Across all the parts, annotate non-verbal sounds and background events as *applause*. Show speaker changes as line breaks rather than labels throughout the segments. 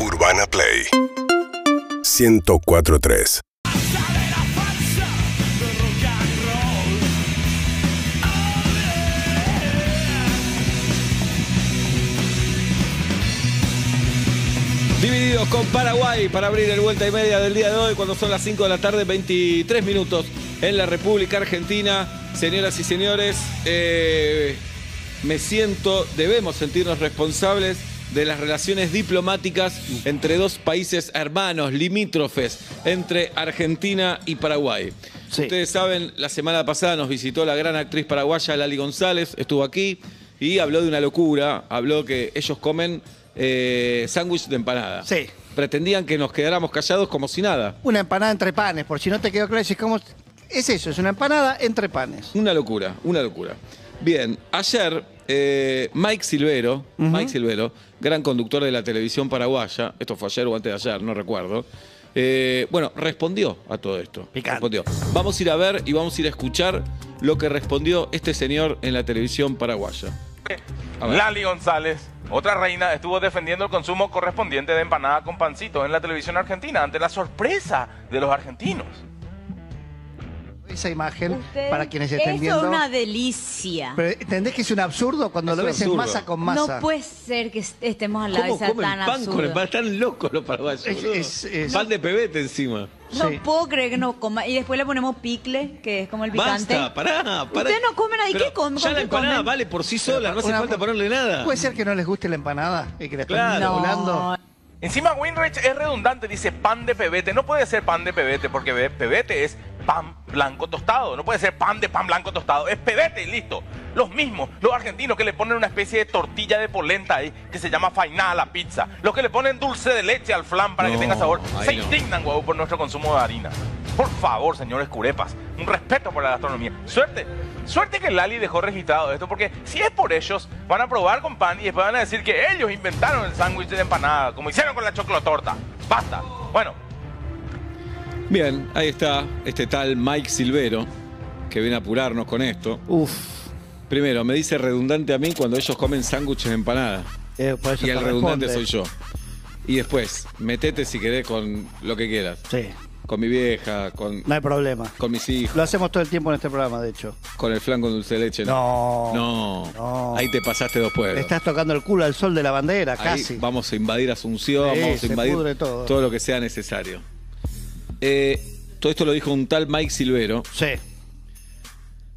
Urbana Play 1043
Divididos con Paraguay para abrir el vuelta y media del día de hoy, cuando son las 5 de la tarde, 23 minutos en la República Argentina. Señoras y señores, eh, me siento, debemos sentirnos responsables de las relaciones diplomáticas entre dos países hermanos, limítrofes, entre Argentina y Paraguay.
Sí.
Ustedes saben, la semana pasada nos visitó la gran actriz paraguaya Lali González, estuvo aquí y habló de una locura, habló que ellos comen eh, sándwich de empanada.
Sí.
Pretendían que nos quedáramos callados como si nada.
Una empanada entre panes, por si no te quedó claro, es como. Es eso, es una empanada entre panes.
Una locura, una locura. Bien, ayer eh, Mike Silvero, Mike Silvero, gran conductor de la televisión paraguaya, esto fue ayer o antes de ayer, no recuerdo. eh, bueno, respondió a todo esto.
Picante.
Respondió. Vamos a ir a ver y vamos a ir a escuchar lo que respondió este señor en la televisión paraguaya. A ver.
Lali González, otra reina, estuvo defendiendo el consumo correspondiente de empanada con pancito en la televisión argentina ante la sorpresa de los argentinos.
Esa imagen,
Ustedes-
para quienes estén
Eso
viendo.
es una delicia.
Pero entendés que es un absurdo cuando
Es
lo
un
ves en
absurdo.
masa con masa.
No puede ser que est- estemos a la
¿Cómo
vez
comen
tan
pan con
absurdo.
empanada? Están locos los paraguayos.
Es-
boludo.
es- es-
Pan de pebete encima.
No
Sí.
puedo creer que no coma. Y después le ponemos picle, que es como el picante.
Basta, pará, pará.
Ustedes no comen ahí,
Pero
¿qué comen?
Ya
¿Con
la
qué
empanada
comen?
vale por sí sola, no hace
Una- Pues
falta ponerle nada.
Puede ser que no les guste la empanada y que la estén
Claro.
manipulando.
No,
Encima Winrich es redundante, dice pan de pebete. No puede ser pan de pebete porque be- pebete es pan blanco tostado. No puede ser pan de pan blanco tostado. Es pebete, y listo. Los mismos, los argentinos que le ponen una especie de tortilla de polenta ahí que se llama fainá a la pizza. Los que le ponen dulce de leche al flan para
No,
que tenga sabor.
ahí
Se
no.
indignan, guau, por nuestro consumo de harina. Por favor, señores curepas, un respeto por la gastronomía. Suerte, suerte que Lali dejó registrado esto, porque si es por ellos, van a probar con pan y después van a decir que ellos inventaron el sándwich de empanada, como hicieron con la chocolotorta. Basta. Bueno,
Bien, ahí está este tal Mike Silvero, que viene a apurarnos con esto.
Uf.
Primero, me dice redundante a mí cuando ellos comen sándwiches de empanada.
eh, por eso
Y
te
el redundante
responde.
soy yo. Y después, metete si querés con lo que quieras.
Sí,
Con mi vieja, con,
no hay problema.
con mis
Lo
hijos,
hacemos todo el tiempo en este programa, de hecho.
con el flan con dulce de leche.
No.
No.
No.
Ahí te pasaste dos pueblos.
Le estás tocando el culo al sol de la bandera,
Ahí
casi.
Vamos a invadir Asunción,
Sí,
vamos a
se
invadir
pudre todo.
lo que sea necesario. Eh, todo esto lo dijo un tal Mike Silvero.
Sí.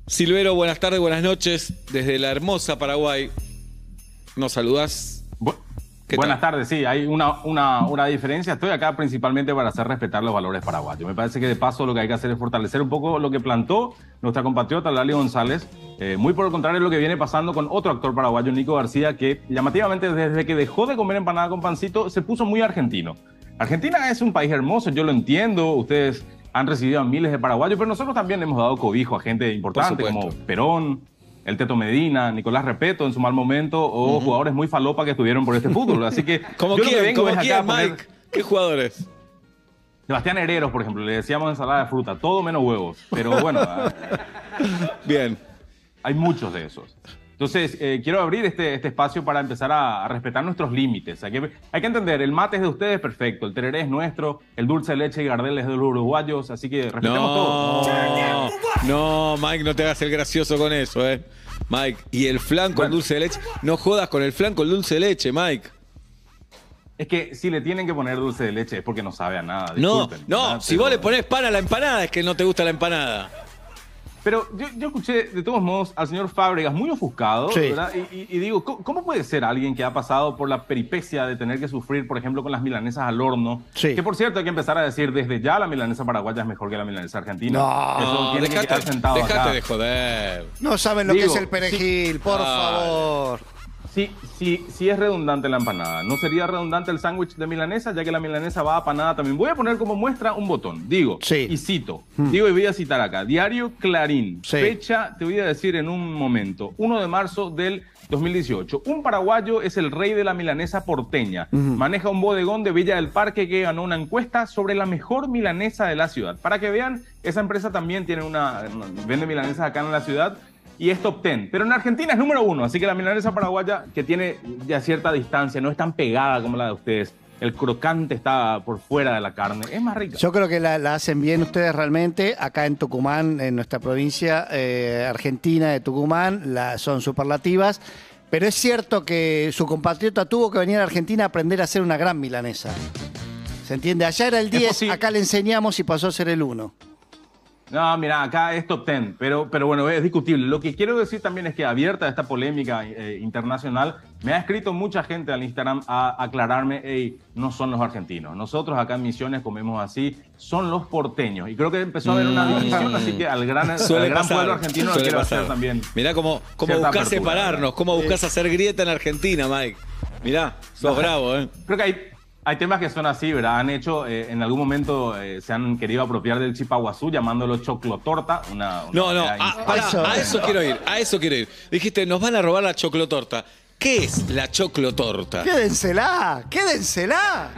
Silvero, buenas tardes, buenas noches. Desde la hermosa Paraguay, nos saludás.
Bu-
¿Qué
Buenas
tal?
tardes, sí, hay una, una, una diferencia. Estoy acá principalmente para hacer respetar los valores paraguayos. Me parece que de paso lo que hay que hacer es fortalecer un poco lo que plantó nuestra compatriota Lali González. Eh, muy por el contrario lo que viene pasando con otro actor paraguayo, Nico García, que llamativamente desde que dejó de comer empanada con pancito se puso muy argentino. Argentina es un país hermoso, yo lo entiendo, ustedes han recibido a miles de paraguayos, pero nosotros también hemos dado cobijo a gente importante como
supuesto.
Perón, el Teto Medina, Nicolás Repeto en su mal momento o jugadores muy falopa que estuvieron por este fútbol. Así
*laughs*
que
Como
yo lo que
quién,
vengo
como
es acá
quién,
a poner-
Mike. ¿Qué jugadores?
Sebastián Hereros, por ejemplo, le decíamos ensalada de fruta, todo menos huevos. Pero
*laughs*
bueno, eh,
Bien.
hay muchos de esos. Entonces, eh, quiero abrir este, este espacio para empezar a, a respetar nuestros límites. Hay que, hay que entender, el mate es de ustedes, perfecto. El tereré es nuestro, el dulce de leche y gardel es de los uruguayos, así que respetemos
No,
todo.
no, Mike, no te hagas el gracioso con eso, eh. Mike, y el flan con
Bueno.
dulce de leche. No jodas con el flan con dulce de leche, Mike.
Es que si le tienen que poner dulce de leche es porque no sabe a nada.
No,
Ah, disculpen,
no,
¿verdad?
si vos
Pero-
le ponés pan a la empanada es que no te gusta la empanada.
Pero yo, yo escuché, de todos modos, al señor Fábregas muy ofuscado,
Sí.
¿verdad? Y, y- y digo, ¿cómo, cómo puede ser alguien que ha pasado por la peripecia de tener que sufrir, por ejemplo, con las milanesas al horno?
Sí.
Que, por cierto, hay que empezar a decir desde ya la milanesa paraguaya es mejor que la milanesa argentina.
No,
Eso
No,
tiene que
Ah, dejate,
quedar sentado
dejate
acá.
de joder.
No saben lo
Digo,
que es el perejil, por
Ah.
favor.
Sí, sí, sí es redundante la empanada. No sería redundante el sándwich de milanesa, ya que la milanesa va apanada también. Voy a poner como muestra un botón. Digo,
Sí. Hmm.
y cito. Digo, y voy a citar acá. Diario Clarín.
Sí.
Fecha, te voy a decir en un momento. 1 de marzo del 2018. Un paraguayo es el rey de la milanesa porteña. Maneja un bodegón de Villa del Parque que ganó una encuesta sobre la mejor milanesa de la ciudad. Para que vean, esa empresa también tiene una... Vende milanesas acá en la ciudad y es top 10. Pero en Argentina es número uno, así que la milanesa paraguaya, que tiene ya cierta distancia, no es tan pegada como la de ustedes, el crocante está por fuera de la carne. Es más rica.
Yo creo que la, la hacen bien ustedes realmente. Acá en Tucumán, en nuestra provincia eh, argentina de Tucumán, la, son superlativas. Pero es cierto que su compatriota tuvo que venir a Argentina a aprender a hacer una gran milanesa. ¿Se entiende? Allá era el
Es
10,
posible.
acá le enseñamos y pasó a ser el 1.
No, mira, acá es top 10, pero, pero bueno, es discutible. Lo que quiero decir también es que abierta esta polémica eh, internacional, me ha escrito mucha gente al Instagram a aclararme, hey, no son los argentinos, nosotros acá en Misiones comemos así, son los porteños. Y creo que empezó a haber una división, así que al gran, al
Mm. Suele
gran
pasar,
pueblo argentino lo
suele
quiero
pasar.
hacer también.
Mirá cómo, cómo
Cierta
buscás
apertura.
separarnos, cómo buscás hacer grieta en Argentina, Mike. Mirá, sos bravo, ¿eh?
Creo que hay, hay temas que son así, ¿verdad? Han hecho, eh, en algún momento eh, se han querido apropiar del chipaguazú llamándolo choclotorta. Una, una
No, ah, no,
idea
a, pará,
Eso.
a eso quiero ir, a eso quiero ir. Dijiste, nos van a robar la choclotorta. ¿Qué es la choclotorta?
¡Quédensela! ¡Quédensela!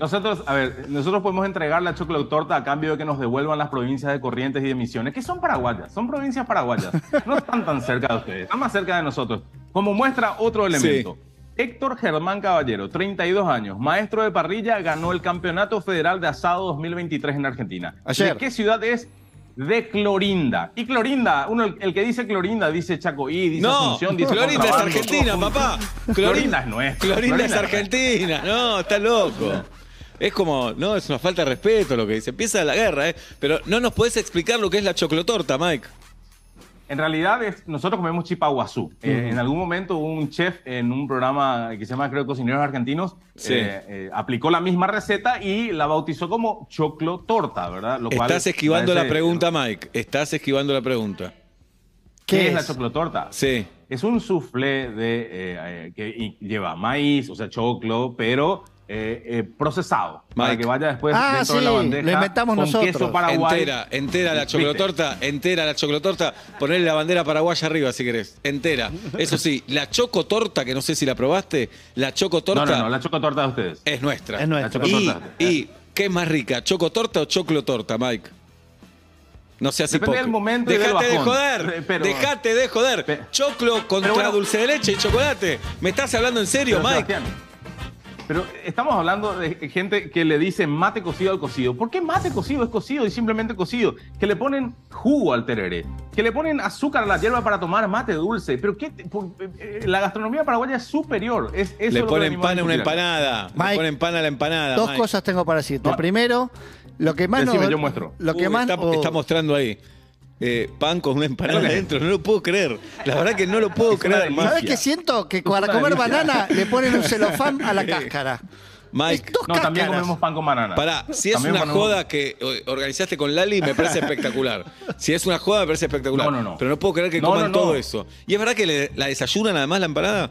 Nosotros, a ver, nosotros podemos entregar la torta a cambio de que nos devuelvan las provincias de Corrientes y de Misiones, que son paraguayas, son provincias paraguayas. No están tan cerca de ustedes, están más cerca de nosotros. Como muestra otro elemento. Héctor Germán Caballero, 32 años, maestro de parrilla, ganó el Campeonato Federal de Asado 2023 en Argentina.
Ayer.
¿De qué ciudad es? De Clorinda. Y Clorinda, uno, el, el que dice Clorinda dice Chacoí, dice
No,
Asunción, dice
Clorinda es
Contrabando,
argentina,
todo junto.
papá.
Clorinda es nuestra.
Clorinda es
Clorinda.
argentina, no, está loco. Es como, no, es una falta de respeto lo que dice. Empieza la guerra, ¿eh? Pero no nos podés explicar lo que es la choclotorta, Mike.
En realidad, es- nosotros comemos chipaguazú. Eh, en algún momento, un chef en un programa que se llama, creo, Cocineros Argentinos,
Sí.
eh, eh, aplicó la misma receta y la bautizó como choclo torta, ¿verdad? Lo cual
Estás esquivando la
parece-
pregunta, Mike. Estás esquivando la pregunta.
¿Qué,
¿Qué
es la
es?
choclo torta?
Sí.
Es un soufflé de, eh, eh, que y- lleva maíz, o sea, choclo, pero eh, eh, procesado. Para
Mike.
que vaya después
Ah,
dentro de la
sí,
bandeja.
lo inventamos
con
nosotros.
queso paraguay.
Entera, entera la
¿Viste?
choclotorta, entera la choclotorta. Ponerle la bandera paraguaya arriba si querés. Entera. Eso sí, la chocotorta, que no sé si la probaste, la chocotorta
No, no, no, la chocotorta de ustedes.
es nuestra.
Es nuestra.
La
Y,
chocotorta.
y, ¿qué es más rica? ¿Chocotorta o choclotorta, Mike? No seas
Depende
hipócrita.
del momento y del
Dejate de
bajón.
joder.
Eh, pero-
Dejate de joder.
Pe-
Choclo contra
bueno-
dulce de leche y chocolate. ¿Me estás hablando en serio,
Pero,
Mike?
Sebastián, pero estamos hablando de gente que le dice mate cocido al cocido. ¿Por qué mate cocido es cocido y simplemente cocido? Que le ponen jugo al tereré, que le ponen azúcar a la hierba para tomar mate dulce. Pero qué te- por- eh, la gastronomía paraguaya es superior. Es, eso
Le
lo que
ponen
venimos a
pan a una
discutir.
empanada. le
Mike,
ponen pan a la empanada.
Dos
Mike.
cosas tengo para decirte.
No.
Primero, lo que más
Decime,
nos-
yo muestro.
Lo que
Uy,
más
está,
oh,
está mostrando ahí. Eh, pan con una empanada
Es lo que-
adentro. No lo puedo creer. La verdad que no lo puedo
Es una
creer,
delicia.
Mike.
¿Sabes qué siento? Que para
una
comer
delicia.
banana le ponen un celofán
*laughs*
a la cáscara.
Mike,
Dos
No, también
cáscaras.
comemos pan con banana.
pará. Si es
También
una
ponemos-
joda que eh, organizaste con Lali, me parece espectacular. Si es una joda, me parece espectacular.
No, no, no.
Pero no puedo creer que
No,
coman
no, no.
todo eso. ¿Y es verdad que le- la desayunan además la empanada?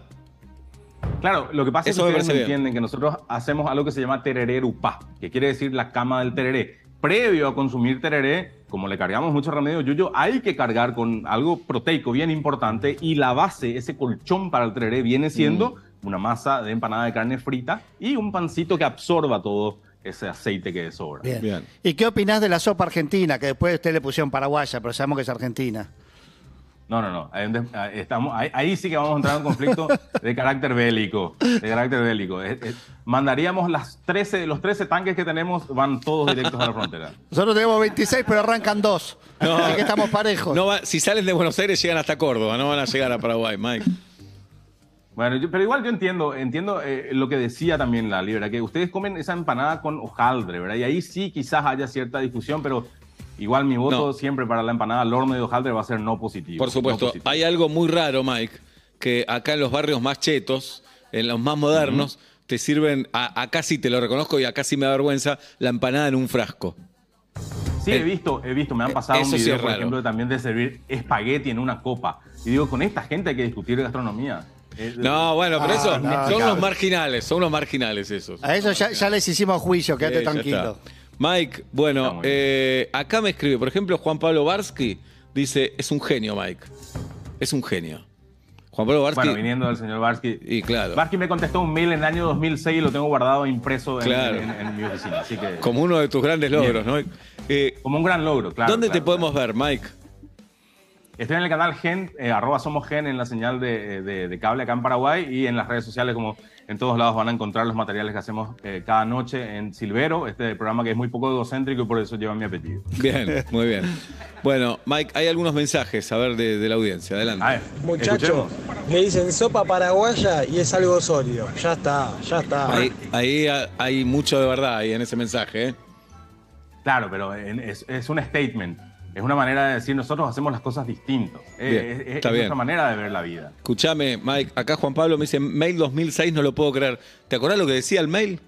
Claro, lo que pasa
Eso
es
me
que ustedes no
parece bien.
entienden que nosotros hacemos algo que se llama terererupá, que quiere decir la cama del tereré. Previo a consumir tereré, como le cargamos mucho remedio yuyo, hay que cargar con algo proteico bien importante y la base, ese colchón para el tereré, viene siendo
Mm.
una masa de empanada de carne frita y un pancito que absorba todo ese aceite que sobra.
Bien.
Bien.
¿Y qué opinás de la sopa argentina? Que después usted le pusieron paraguaya, pero sabemos que es argentina.
No, no, no. Ahí donde- ahí ah, Estamos, ahí, ahí sí que vamos a entrar en un
*laughs*
conflicto de carácter bélico. De carácter bélico. Es- es- mandaríamos las 13, los 13 tanques que tenemos, van todos directos a la
*laughs*
frontera.
Nosotros tenemos 26, pero arrancan dos.
No.
Así que estamos parejos.
No va- si salen de Buenos Aires, llegan hasta Córdoba. No van a llegar a Paraguay, Mike.
Bueno, yo- pero igual yo entiendo, entiendo eh, lo que decía también la Libra, que ustedes comen esa empanada con hojaldre, ¿verdad? Y ahí sí quizás haya cierta discusión, pero igual mi voto
No.
siempre para la empanada al horno de hojaldre va a ser no positivo.
Por supuesto,
No positivo.
hay algo muy raro, Mike, que acá en los barrios más chetos, en los más modernos, te sirven, a- acá sí te lo reconozco y acá sí me da vergüenza, la empanada en un frasco.
Sí,
Eh,
he visto, he visto, me han pasado
eso
un
sí
video,
es
por
raro.
ejemplo, también de servir espagueti en una copa. Y digo, con esta gente hay que discutir de gastronomía. Eh,
No, bueno, pero
Ah,
eso
no,
son
claro.
los marginales, son los marginales esos.
A eso ya, ya les hicimos juicio, quédate
Sí, ya
tranquilo.
está. Mike, bueno,
Está muy bien.
eh, acá me escribe, por ejemplo, Juan Pablo Barsky dice, es un genio, Mike. Es un genio. Juan Pablo Barsky.
Bueno, viniendo del señor Barsky.
y claro.
Barsky me contestó un mail en el año 2006 y lo tengo guardado impreso en,
Claro.
en- en mi oficina. Así que,
Como uno de tus grandes logros, ¿no? Eh,
como un gran logro, claro.
¿Dónde
claro,
te podemos ver, Mike?
claro. Estoy en el canal Gen, eh, arroba somos Gen en la señal de, de- de cable acá en Paraguay y en las redes sociales como En todos lados van a encontrar los materiales que hacemos eh, cada noche en Silvero, este programa que es muy poco egocéntrico y por eso lleva mi apellido.
Bien, muy bien. Bueno, Mike, hay algunos mensajes, a ver, de, de la audiencia. Adelante.
A ver,
Muchachos,
escuchemos.
me dicen sopa paraguaya y es algo sólido. Ya está, ya está.
Ahí, ahí ha- hay mucho de verdad ahí en ese mensaje. ¿eh?
Claro, pero en- es, es un statement. Es una manera de decir nosotros hacemos las cosas distintos. Eh,
Bien,
es- es-
está
es
bien.
nuestra manera de ver la vida.
Escuchame, Mike, acá Juan Pablo me dice, mail 2006, no lo puedo creer. ¿Te acordás lo que decía el mail?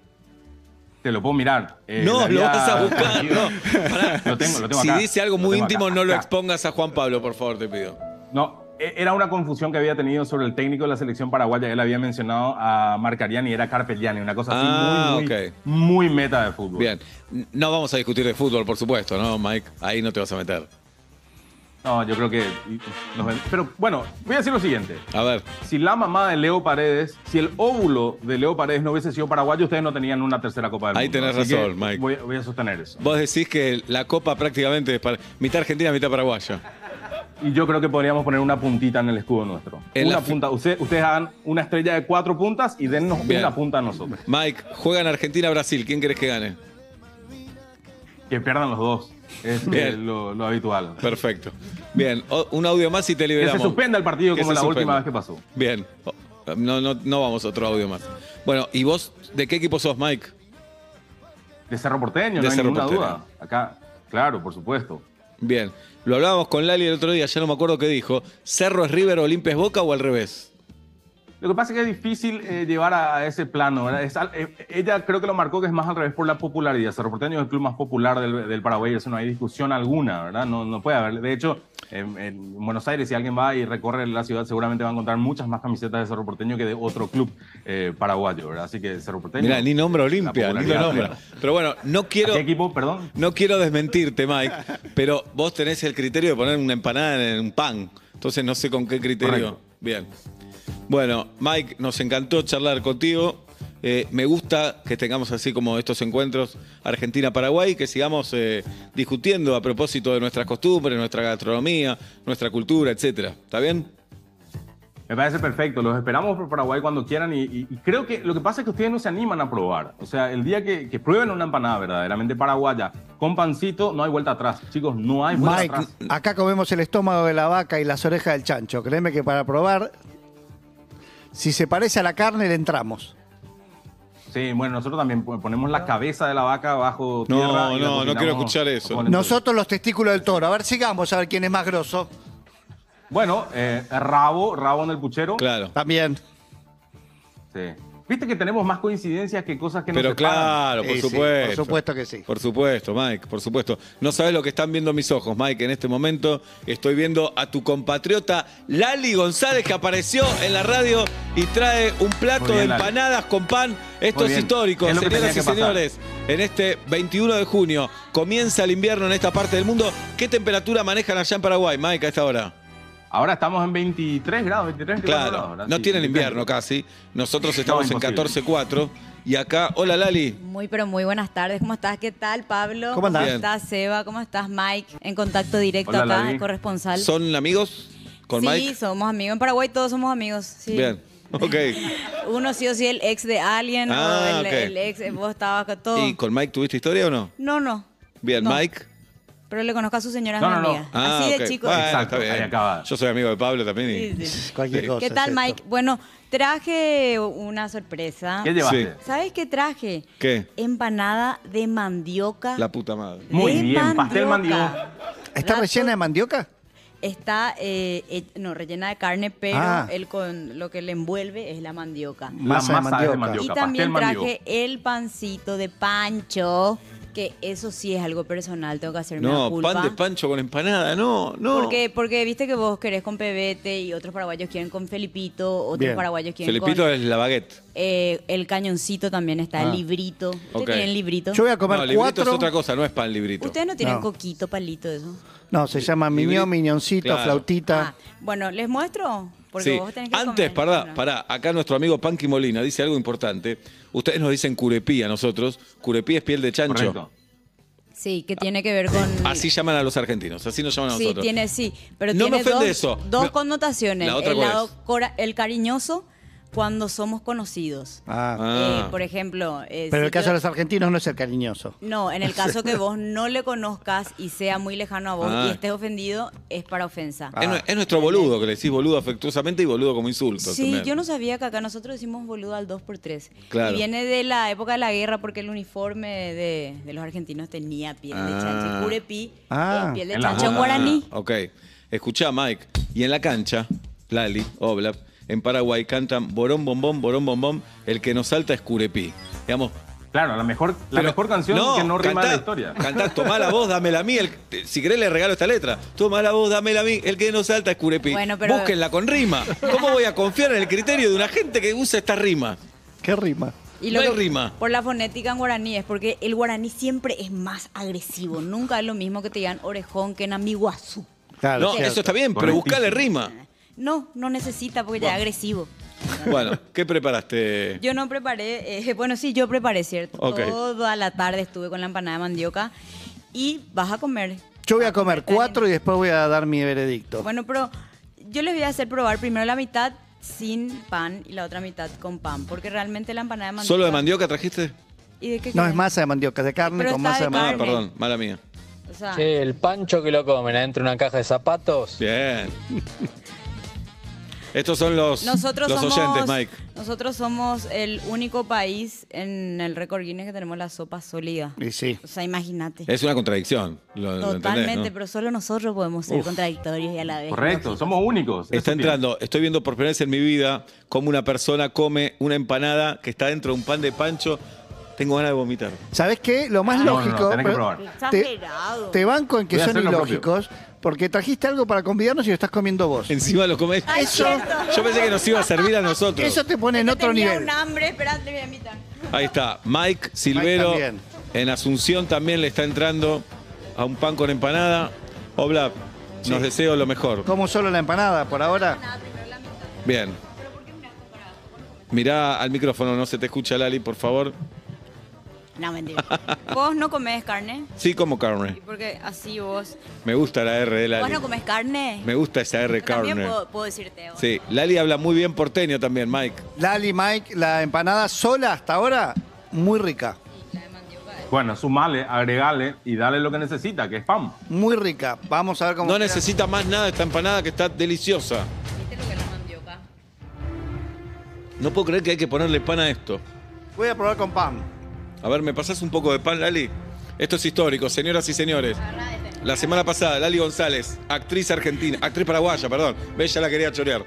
Te lo puedo mirar. Eh,
no,
la
lo
había
vas a
*laughs*
buscar.
perdido.
No. Pará.
*laughs* Lo tengo, lo tengo
si
acá.
dice algo
Lo
muy
tengo
íntimo,
acá,
no lo
acá.
expongas a Juan Pablo, por favor, te pido.
No, e- era una confusión que había tenido sobre el técnico de la selección paraguaya. Él había mencionado a Marcariani, era Carpegiani, una cosa así
Ah,
muy, muy,
ok.
muy meta de fútbol.
Bien. N- No vamos a discutir de fútbol, por supuesto, ¿no, Mike? Ahí no te vas a meter.
No, yo creo que. y- nos ven- Pero bueno, voy a decir lo siguiente.
A ver.
Si la mamá de Leo Paredes, si el óvulo de Leo Paredes no hubiese sido paraguayo, ustedes no tenían una tercera Copa del
Ahí
Mundo.
tenés
Así que
razón, Mike.
Voy, voy a sostener eso.
Vos decís que la copa prácticamente es para mitad argentina, mitad paraguaya.
Y yo creo que podríamos poner una puntita en el escudo nuestro.
En
una
la fi-
punta. Usted- ustedes hagan una estrella de cuatro puntas y dennos
Bien.
una punta a nosotros.
Mike, juegan Argentina-Brasil. ¿Quién crees que gane?
Que pierdan los dos. Es eh,
Bien.
lo, lo habitual.
Perfecto. Bien, o- un audio más y te
Que
liberamos.
se suspenda el partido
Que
como
se
la
suspenda.
última vez que pasó.
Bien. O- No, no, no vamos a otro audio más. Bueno, ¿y vos de qué equipo sos, Mike?
De Cerro Porteño,
De
no hay
Cerro
ninguna
Porteño.
duda. Acá, claro, por supuesto.
Bien. Lo hablábamos con Lali el otro día, ya no me acuerdo qué dijo. ¿Cerro es River, Olimpia es Boca o al revés?
Lo que pasa es que es difícil eh, llevar a, a ese plano. ¿verdad? Es al- eh, ella creo que lo marcó que es más al revés por la popularidad. Cerro Porteño es el club más popular del, del Paraguay, eso no hay discusión alguna, ¿verdad? No, no puede haber. De hecho, en, en Buenos Aires, si alguien va y recorre la ciudad, seguramente va a encontrar muchas más camisetas de Cerro Porteño que de otro club eh, paraguayo, ¿verdad? Así que Cerro Porteño.
Mira, ni nombra
La
Olimpia, ni lo
popularidad
nombra.
plena.
Pero bueno, no quiero,
¿A ¿Qué equipo, perdón?
no quiero desmentirte, Mike, pero vos tenés el criterio de poner una empanada en un pan. Entonces no sé con qué criterio.
Correcto.
Bien. Bueno, Mike, nos encantó charlar contigo. Eh, me gusta que tengamos así como estos encuentros Argentina-Paraguay, que sigamos eh, discutiendo a propósito de nuestras costumbres, nuestra gastronomía, nuestra cultura, etcétera. ¿Está bien?
Me parece perfecto, los esperamos por Paraguay cuando quieran y, y- y creo que lo que pasa es que ustedes no se animan a probar. O sea, el día que, que prueben una empanada verdaderamente paraguaya con pancito, no hay vuelta atrás. Chicos, no hay vuelta
Mike,
atrás.
acá comemos el estómago de la vaca y las orejas del chancho. Créeme que para probar, si se parece a la carne, le entramos.
Sí, bueno, nosotros también pon- ponemos la cabeza de la vaca bajo
No,
tierra. y la
no, no
cocinamos
quiero escuchar eso.
con el-
Nosotros los testículos del toro. A ver, sigamos a ver quién es más grosso.
Bueno, eh, rabo, rabo en el puchero.
Claro.
También.
Sí. Viste que tenemos más coincidencias que cosas que nos
Pero
separan.
claro, por
Sí, sí,
supuesto.
por supuesto que sí.
Por supuesto, Mike, por supuesto. No sabes lo que están viendo mis ojos, Mike. En este momento estoy viendo a tu compatriota Lali González que apareció en la radio y trae un plato
Muy bien,
de
Lali.
empanadas con pan. Esto
Muy
es
bien.
histórico,
Es lo que
señoras y
tenía que pasar.
señores. En este 21 de junio comienza el invierno en esta parte del mundo. ¿Qué temperatura manejan allá en Paraguay, Mike, a esta hora?
Ahora estamos en 23 grados, 23 grados.
Claro,
ahora,
no
sí,
tienen
23.
invierno casi. Nosotros estamos en
imposible.
14.4 y acá, hola Lali.
Muy, pero muy buenas tardes. ¿Cómo estás? ¿Qué tal, Pablo?
¿Cómo andás?
¿Cómo estás, Seba? ¿Cómo estás, Mike? En contacto directo
Hola,
acá,
Lali.
corresponsal.
¿Son amigos con
sí,
Mike?
somos amigos. En Paraguay todos somos amigos. sí.
Bien,
*laughs*
ok.
Uno sí o sí el ex de alguien
Ah,
o el,
ok.
el ex, vos estabas con todo.
¿Y con Mike tuviste historia o no?
No, no.
Bien,
Oh. No,
Mike.
Pero le conozco a su señora, es
No,
mi
no, no.
amiga.
Ah,
Así
ok.
de chico.
Bueno,
Exacto,
está bien.
ahí acaba.
Yo soy amigo de Pablo también. y-
Sí, sí.
Cualquier
Sí.
cosa.
¿Qué tal,
es esto.
Mike? Bueno, traje una sorpresa.
¿Qué llevaste?
Sí.
¿Sabes qué traje?
¿Qué?
Empanada de mandioca.
La puta madre.
Muy
de
bien, pastel
¿Está
Rato-
rellena de mandioca?
Está, eh, he- no, rellena de carne, pero
Ah.
el con, lo que le envuelve es la mandioca.
La
Masa de
masa de
mandioca.
Y
mandioca. pastel
también
mandioca.
traje el pancito de pancho, que eso sí es algo personal, tengo que hacerme la
No,
culpa.
pan de pancho con empanada, no, no.
Porque, porque viste que vos querés con Pebete y otros paraguayos quieren con Felipito, otros
Bien.
paraguayos quieren
Felipito
con...
es la baguette.
eh, el cañoncito también está,
Ah.
el librito. ¿Ustedes
Ok.
tienen librito?
Yo voy a comer
No, librito
cuatro.
es otra cosa, no es pan librito.
Ustedes no tienen
No.
coquito, palito, eso.
No, se llama
Libri-
miñón, miñoncito,
Claro.
flautita.
Ah, bueno, ¿les muestro? Porque
Sí.
vos tenés que
Antes,
comer.
pará,
Bueno.
pará, acá nuestro amigo Panqui Molina dice algo importante. Ustedes nos dicen curepí a nosotros. Curepí es piel de chancho.
Correcto.
Sí, que tiene que ver con...
Así llaman a los argentinos, así nos llaman a
Sí,
nosotros.
tiene, sí. Pero
No me
tiene
ofende
dos,
eso.
dos
No.
connotaciones.
¿La otra
el
cuál
lado
es?
cora- el cariñoso cuando somos conocidos.
Ah.
Ah.
Eh, por ejemplo, eh,
Pero
si
el caso
yo-
de los argentinos no es el cariñoso.
No,
*laughs*
en el caso que vos no le conozcas y sea muy lejano a vos
Ah.
y estés ofendido, es para ofensa.
Es,
Ah.
nue- es nuestro boludo, que le decís boludo afectuosamente y boludo como insulto.
Sí,
también.
yo no sabía que acá nosotros decimos boludo al 2x3.
Claro.
Y viene de la época de la guerra porque el uniforme de, de los argentinos tenía piel de chancho
Ah.
y curepi.
Ah.
eh, piel de
En la
chancho en
joda.
guaraní.
Ah, ok. Escuchá, Mike. Y en la cancha, Lali, Oblap, en Paraguay cantan Borón Bombón, Borón Bombón, el que nos salta es Curepí. Digamos,
Claro, la mejor,
pero-
la mejor canción que no rima
cantá,
la historia.
Cantá, tomá la voz, dámela a mí. el- eh, si querés, le regalo esta letra. Tomá la voz, dámela a mí. El que nos salta es Curepí.
Bueno, pero-
Búsquenla con rima. ¿Cómo voy a confiar en el criterio de una gente que usa esta rima?
¿Qué rima?
Y
No
lo
hay
que-
rima.
Por la fonética en guaraní, es porque el guaraní siempre es más agresivo. Nunca es lo mismo que te digan orejón que en amiguazú.
Claro,
no,
cierto.
eso está bien, pero
Correctísimo.
buscale rima.
No, no necesita porque ya es agresivo.
Bueno, ¿qué preparaste?
Yo no preparé, eh, *laughs* bueno, sí, yo preparé, ¿cierto?
Ok.
Toda la tarde estuve con la empanada de mandioca y vas a comer.
Yo voy a comer cuatro y después voy a dar mi veredicto.
Bueno, pero yo les voy a hacer probar primero la mitad sin pan y la otra mitad con pan, porque realmente la empanada de mandioca...
¿Solo de mandioca trajiste?
¿Y de qué
no
querés?
es masa de mandioca, es de carne
Pero
con
está
masa de
de
Ah,
Carne.
mandioca.
perdón, mala mía.
O sea,
Che, el pancho que lo comen adentro de una caja de zapatos.
Bien. Estos son los,
nosotros
los
somos,
oyentes, Mike.
Nosotros somos el único país en el récord Guinness que tenemos la sopa sólida.
Y sí.
O sea, imagínate.
Es una contradicción. lo- lo entendés,
Totalmente,
¿no?
pero solo nosotros podemos ser
Uf.
contradictorios y a la vez.
Correcto,
lógicos.
somos únicos.
Está
Eso tiene.
entrando, estoy viendo por primera vez en mi vida cómo una persona come una empanada que está dentro de un pan de pancho. Tengo ganas de vomitar. *laughs*
¿Sabes qué? Lo más
No, no, no,
lógico.
tenés que
pero-
probar.
Te,
Exagerado.
te banco en que
Voy a
son
hacer lo
ilógicos porque trajiste algo para convidarnos y lo estás comiendo vos.
Encima lo comes.
Ay,
Eso-
cierto.
yo pensé que nos iba a servir a nosotros.
Eso te pone en otro
Tenía
nivel.
un hambre, espera, te voy a invitar.
Ahí está, Mike Silvero.
Mike también.
en Asunción también le está entrando a un pan con empanada. Obla, nos deseo lo mejor.
Como solo la empanada por ahora.
Bien. Mirá al micrófono, no se te escucha, Lali, por favor.
No, mentira. *laughs* Vos no comés carne,
Sí, como
y
carne.
porque así vos...
Me gusta la R de
Vos
Lali.
no comés carne.
Me gusta esa R,
Yo También
carne.
puedo, puedo decirte. vos.
Sí, Lali habla muy bien porteño también, Mike.
Lali, Mike, la empanada sola hasta ahora, muy rica.
Bueno, sumale, agregale y dale lo que necesita, que es pan.
Muy rica. Vamos a ver cómo.
No
queda.
necesita más nada esta empanada que está deliciosa.
¿Viste lo que es la mandioca?
No puedo creer que hay que ponerle pan a esto.
Voy a probar con pan.
A ver, ¿me pasás un poco de pan, Lali? Esto es histórico, señoras y señores.
este.
La semana pasada, Lali González, actriz argentina, actriz paraguaya, perdón. Bella la quería chorear.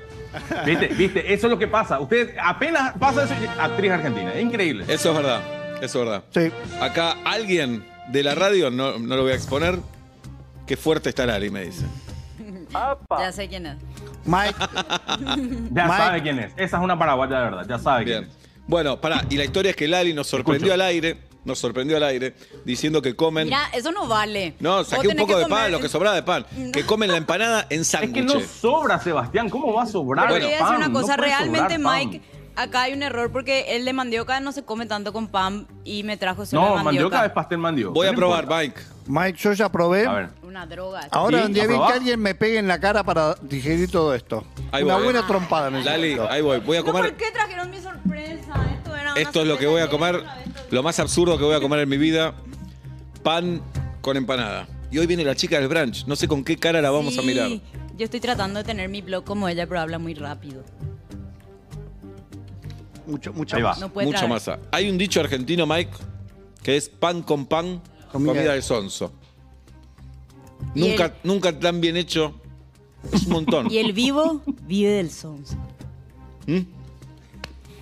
¿Viste? ¿Viste? Eso es lo que pasa. Usted apenas pasa eso. Actriz argentina. Es increíble.
Eso es verdad, eso es verdad.
Sí.
Acá alguien de la radio, no, no lo voy a exponer, qué fuerte está Lali, me dice.
Ya sé quién es.
*laughs* Mike,
Ya
Mike.
sabe quién es. Esa es una paraguaya de verdad. Ya sabe
Bien.
quién es.
Bueno, pará, y la historia es que Lali nos sorprendió
Escucho.
al aire, nos sorprendió al aire, diciendo que comen...
Mira, eso no vale.
no,
Vos
saqué un
tenés
poco
que
de pan,
comer- eh.
lo que sobraba de pan. Que comen la empanada en
Es
sándwiches.
que no sobra, Sebastián. ¿Cómo va a sobrar?
Pero te voy a decir
pan?
una
No
cosa,
puede
realmente
sobrar pan.
Mike, acá hay un error porque el de mandioca no se come tanto con pan y me trajo solo
No,
de
mandioca
mandioca.
es pastel mandioca.
Voy a
No
probar,
importa.
Mike.
Mike, yo ya probé.
A ver.
Una droga.
Ahora
Sí,
un día
¿lo
vi que
probás?
alguien me pegue en la cara para digerir todo esto.
Ahí
Una
voy, eh.
buena trompada
Lali,
necesito.
ahí voy. Voy a
No,
comer.
¿Por qué trajeron mi sorpresa? Esto, era una
Esto es lo que
sorpresa
voy a
que
comer,
otra vez lo-
lo más absurdo
*laughs*
que voy a comer en mi vida, pan con empanada. Y hoy viene la chica del brunch, no sé con qué cara la vamos a
Sí,
mirar.
Yo estoy tratando de tener mi blog como ella, pero habla muy rápido.
Mucho, mucho.
Ahí va.
más.
No puede
Mucha
tragar.
masa. Hay un dicho argentino, Mike, que es pan con pan, comida,
Comida.
de sonso.
Y
Nunca,
el-
nunca tan bien hecho. Es un montón.
*laughs* Y el vivo vive del sons.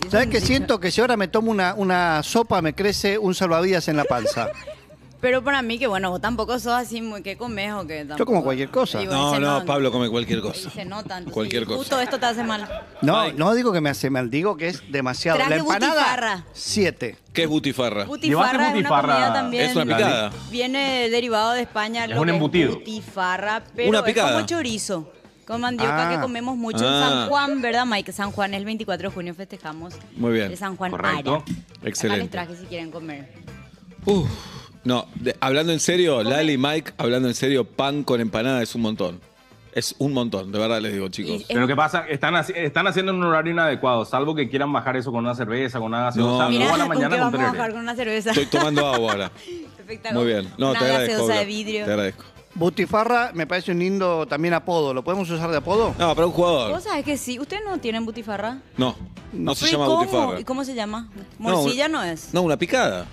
¿Sabes qué siento? Que si ahora me tomo una, una sopa, me crece un salvavidas en la panza.
Pero para mí que bueno, vos tampoco sos así muy que comes o que tampoco.
como cualquier cosa.
Y bueno,
No,
se
no,
nota.
Pablo come cualquier
Y
cosa.
se nota. entonces,
Cualquier cosa.
Justo esto te hace mal.
No,
Mike.
no digo que me hace mal, digo que es demasiado.
Traje
la empanada,
butifarra.
siete.
¿Qué es butifarra?
Butifarra es una
butifarra.
comida también.
Es una picada.
Viene derivado de España.
Es
lo
un
que
embutido.
butifarra, pero
Una
es
picada.
como chorizo. Con mandioca
Ah.
que comemos mucho en
Ah.
San Juan, ¿verdad, Mike? San Juan, el 24 de junio festejamos.
Muy bien.
El San Juan
Correcto.
Ara. Acá les
Excelente.
traje si quieren comer.
Uf. No, de- hablando en serio, Lali, Mike, hablando en serio, pan con empanada es un montón. Es un montón, de verdad les digo, chicos.
Y-
Pero lo que pasa, están, haci- están haciendo un horario inadecuado, salvo que quieran bajar eso con una cerveza, con una gaseosa.
No,
Mirá,
Luego a la
¿con
mañana
qué
con
vamos a
tereré.
bajar con una cerveza?
Estoy tomando agua
*laughs*
ahora.
Espectacular.
Muy bien. No,
una
te agradezco.
gaseosa de
Blas.
vidrio.
Te agradezco.
Butifarra me parece un lindo también apodo. ¿Lo podemos usar de apodo?
No, para un jugador.
¿Vos sabés que sí? ¿Ustedes no tienen butifarra?
No, no se
¿Y
llama
cómo?
butifarra.
¿Y cómo se llama?
No,
Morcilla no, es. No.
No, una picada.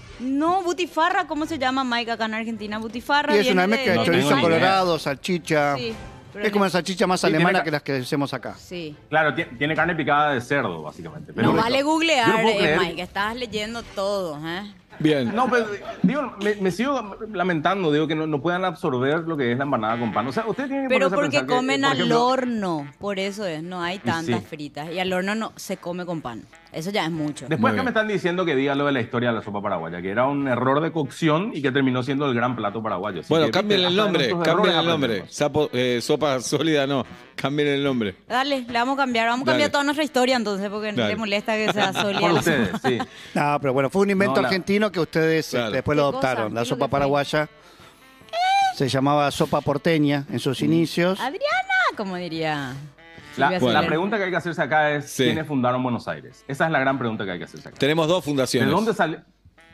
butifarra, ¿cómo se llama, Mike, acá en Argentina? Butifarra.
Y es
viene
una mezcla de
No
chorizo
tengo ni idea.
colorado, salchicha.
eh. Sí, pero
es como
no-
la salchicha más
tiene
alemana
ca-
que las que hacemos acá.
Sí.
Claro, ti- tiene carne picada de cerdo, básicamente. pero
No
rico.
vale
Yo
googlear,
no puedo
eh,
creer-
Mike, estás leyendo todo, ¿eh?
Bien.
No, pero digo, me, me sigo lamentando, digo que no, no puedan absorber lo que es la empanada con pan. O sea, ustedes tienen que
Pero
ponerse a
porque
pensar que, eh,
comen
por
al
ejemplo,
horno, por eso es, no hay tantas fritas. Y al horno no se come con pan. Eso ya es mucho.
Muy
Después que
bien.
me están diciendo que diga lo de la historia de la sopa paraguaya, que era un error de cocción y que terminó siendo el gran plato paraguayo. Así
Bueno,
que,
cambien el
hasta de
nombre,
nuestros
cambien
errores
el nombre.
aprendemos.
Sapo- eh, sopa sólida no, cambien el nombre.
Dale, le vamos a cambiar, vamos a
Dale.
cambiar toda nuestra historia entonces, porque
Dale.
le molesta que
*laughs*
sea solía.
Por
la
ustedes,
sopa.
sí.
No, pero bueno, fue un invento
No, la-
argentino que ustedes este,
Claro.
después lo
¿Qué cosa?
adoptaron.
¿Qué
La
es lo que
sopa
fue?
paraguaya se llamaba sopa porteña en
Mm.
sus inicios.
Adriana, como diría.
La,
Silvia
la
Soler.
pregunta que hay que hacerse acá es
Sí.
quiénes fundaron Buenos Aires. Esa es la gran pregunta que hay que hacerse acá.
Tenemos dos
¿De
fundaciones.
dónde salió?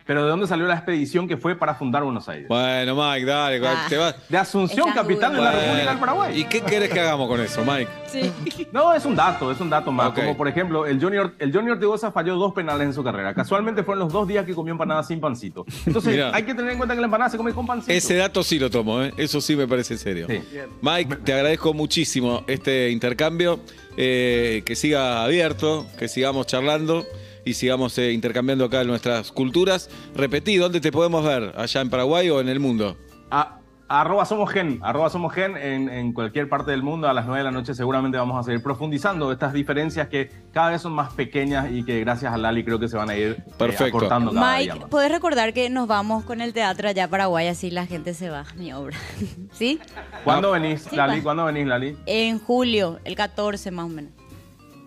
Pero ¿de dónde salió la expedición que fue para fundar Buenos Aires?
Bueno, Mike, dale,
Ah.
te vas.
De Asunción,
Esas
capital de la
dudas.
República del Paraguay.
¿Y qué querés que hagamos con eso, Mike? *laughs*
Sí.
No, es un dato, es un dato más.
Ok.
Como por ejemplo, el Junior, el Junior Ortigosa falló dos penales en su carrera. Casualmente fueron los dos días que comió empanada sin pancito. Entonces,
Mirá.
hay que tener en cuenta que la empanada se come con pancito.
Ese dato sí lo tomo, ¿eh? eso sí me parece serio.
Sí.
Mike, te agradezco muchísimo este intercambio, eh, que siga abierto, que sigamos charlando y sigamos eh, intercambiando acá nuestras culturas. Repetí, ¿dónde te podemos ver? ¿Allá en Paraguay o en el mundo?
A- arroba somos gen, arroba somos gen en, en cualquier parte del mundo. A las 9 de la noche seguramente vamos a seguir profundizando estas diferencias que cada vez son más pequeñas y que gracias a Lali creo que se van a ir eh,
Perfecto.
acortando cada día
Mike,
más.
¿podés recordar que nos vamos con el teatro allá a Paraguay, así la gente se va, mi obra? *laughs* ¿Sí?
¿Cuándo venís,
Sí,
Lali?
va.
¿Cuándo venís, Lali?
En julio, el 14 más o menos.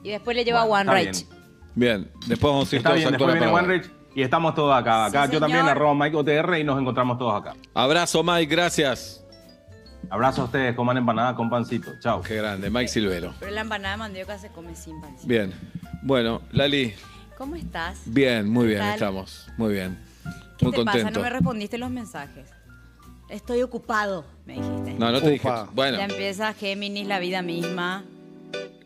Y después le lleva
Bueno,
One
está
Rage.
bien.
Bien, después vamos a ir
Está
todos
bien,
a actuar
después
a
viene
Paraguay.
Wenrich y estamos todos acá.
Sí,
acá yo también,
señor.
arroba Mike OTR y nos encontramos todos acá.
Abrazo, Mike, gracias.
Abrazo a ustedes, coman empanada con pancito. Chao.
Qué grande, Mike Silvero.
Pero la empanada de mandioca se come sin pan.
Bien. Bueno, Lali,
¿Cómo estás?
bien, muy bien,
Dale.
estamos. Muy bien.
¿Qué
Muy
te pasa?
contento.
No me respondiste los mensajes. Estoy ocupado, me dijiste.
No, no te dije.
Ufa.
Ya
Bueno,
empieza Géminis, la vida misma.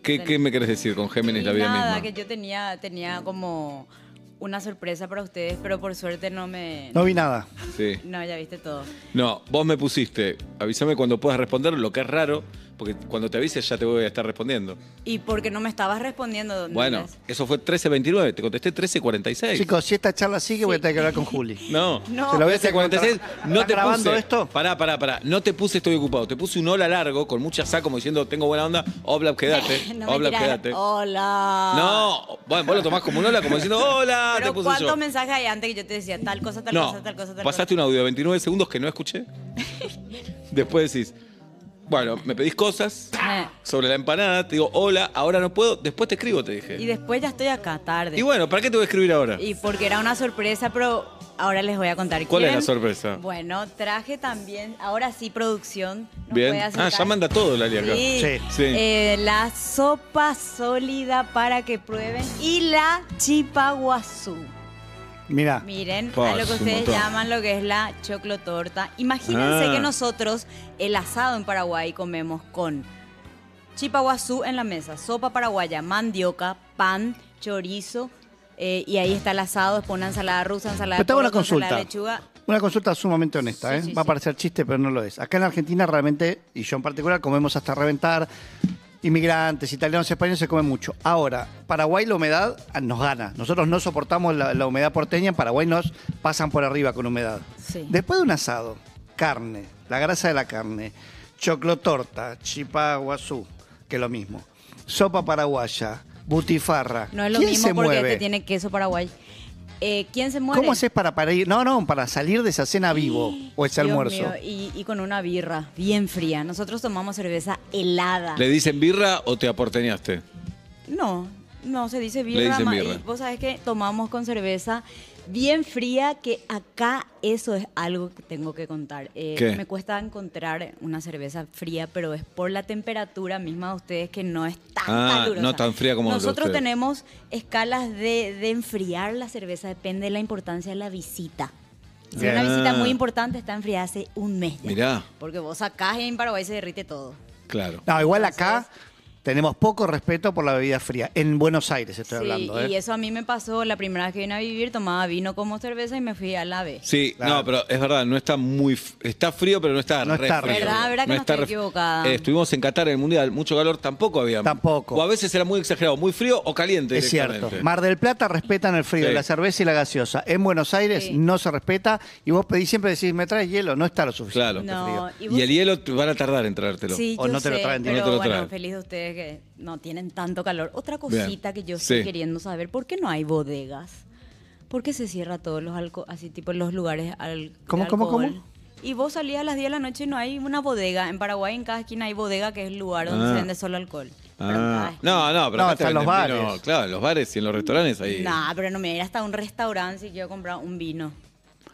¿qué, qué me querés decir con Géminis
Y
la vida
nada,
misma?
que yo tenía, tenía como una sorpresa para ustedes, pero por suerte no me...
No vi nada.
Sí.
No, ya viste todo.
No, vos me pusiste, avísame cuando puedas responder, lo que es raro, porque cuando te avises ya te voy a estar respondiendo.
Y porque no me estabas respondiendo. ¿dónde
Bueno,
eras?
eso fue 13.29, te contesté 13.46.
Chicos, si esta charla sigue, voy a tener que hablar con Juli.
No,
No.
Se lo voy a hacer
13.46, no
¿Están
te
grabando
puse.
esto?
Pará, pará, pará. No te puse estoy ocupado, te puse un hola largo con mucha sa como diciendo tengo buena onda, obla, quédate.
*laughs* *laughs* No me Oh.
obla,
tiraron.
quédate.
Hola.
No, bueno, vos lo tomás como un hola, como diciendo hola, te
Pero
puse
¿cuántos
yo.
mensajes hay antes que yo te decía tal cosa, tal
no,
cosa, tal cosa, tal
pasaste un audio de 29 segundos que no
*laughs*
escuché. Después decís, bueno, me pedís cosas.
cosa? Eh,
sobre la empanada, te digo, hola, ahora no puedo, después te escribo, te
Y
dije.
después ya estoy acá, tarde.
Eh. Y bueno, ¿para qué te voy a escribir ahora?
Y porque era una sorpresa, pero ahora les voy a contar.
¿Cuál es
¿Quieren?
la sorpresa?
Bueno, traje también, ahora sí, producción. nos
Bien.
puede
Ah,
acercar.
ya manda todo Lali acá.
Sí.
Sí.
Sí.
Eh, la sopa sólida para que prueben y la chipaguazú.
Mirá,
Miren,
Pa,
a lo
es
que
un
ustedes
montón.
llaman lo que es la choclotorta. Imagínense
Ah.
que nosotros el asado en Paraguay comemos con chipaguazú en la mesa, sopa paraguaya, mandioca, pan, chorizo. eh, y ahí está el asado, después una ensalada rusa, ensalada
Pero
de
tengo una
poroto, ensalada de
consulta.
lechuga.
una consulta sumamente honesta,
Sí,
¿eh?
sí,
Va a
sí.
parecer chiste, pero no lo es. Acá en Argentina realmente, y yo en particular, comemos hasta reventar. Inmigrantes, italianos, españoles se comen mucho. Ahora, Paraguay la humedad ah, nos gana. Nosotros no soportamos la, la humedad porteña, en Paraguay nos pasan por arriba con humedad.
Sí.
Después de un asado, carne, la grasa de la carne, choclotorta, chipaguazú, que es lo mismo, sopa paraguaya, butifarra.
No es lo
¿Quién
mismo
se
porque
mueve?
este tiene queso paraguay. Eh, ¿Quién se muere?
¿Cómo haces para, para ir? No, no, para salir de esa cena vivo o ese
Dios
almuerzo.
mío, y, y con una birra bien fría. Nosotros tomamos cerveza helada.
¿Le dicen birra o te aporteñaste?
No, no se dice
Le
birra.
dicen
ma-
birra.
y vos sabés que tomamos con cerveza bien fría que acá eso es algo que tengo que contar. Eh,
¿Qué?
Me cuesta encontrar una cerveza fría, pero es por la temperatura misma de ustedes que no es tan
Ah,
calurosa.
no tan fría como la de
Nosotros
ustedes.
tenemos escalas de, de enfriar la cerveza, depende de la importancia de la visita. Si es una
Bien.
visita muy importante está enfriada hace un mes. ya.
Ah. Mirá.
Porque vos sacás y en Paraguay se derrite todo.
Claro.
No, igual acá tenemos poco respeto por la bebida fría. En Buenos Aires estoy
Sí,
hablando. ¿eh?
y eso a mí me pasó la primera vez que vine a vivir, tomaba vino como cerveza y me fui a la B.
Sí,
Claro.
no, pero es verdad, no está muy. f- Está frío, pero no está
No
re
está
frío.
frío.
¿Verdad? ¿Verdad que no
está
estoy
re-
equivocada?
Eh, estuvimos en Qatar en el Mundial, mucho calor tampoco había.
Tampoco.
O a veces era muy exagerado, muy frío o caliente.
Es cierto.
directamente.
Mar del Plata respetan el frío,
Sí.
la cerveza y la gaseosa. En Buenos Aires
Sí.
no se respeta y vos pedís siempre decís, me traes hielo, no está lo suficiente.
Claro.
frío.
No, y, vos-
Y el hielo te- van a tardar en traértelo.
Sí,
O
yo
no te lo
sé,
traen,
pero
no te lo
bueno,
traen.
feliz de ustedes que no tienen tanto calor. Otra cosita que yo
Sí.
estoy queriendo saber, ¿por qué no hay bodegas? ¿Por qué se cierra todos los alco así tipo los lugares al
¿Cómo,
de
cómo,
alcohol?
cómo?
Y vos salías a las 10 de la noche y no hay una bodega. En Paraguay en cada esquina hay bodega que es el lugar donde
Ah.
se vende solo alcohol. Pero en cada
Ah.
esquina.
No, no, pero
No,
acá te
están los
venden vino,
bares.
claro, en los bares y en los restaurantes ahí.
Nah, pero no me iré hasta un restaurante si quiero comprar un vino.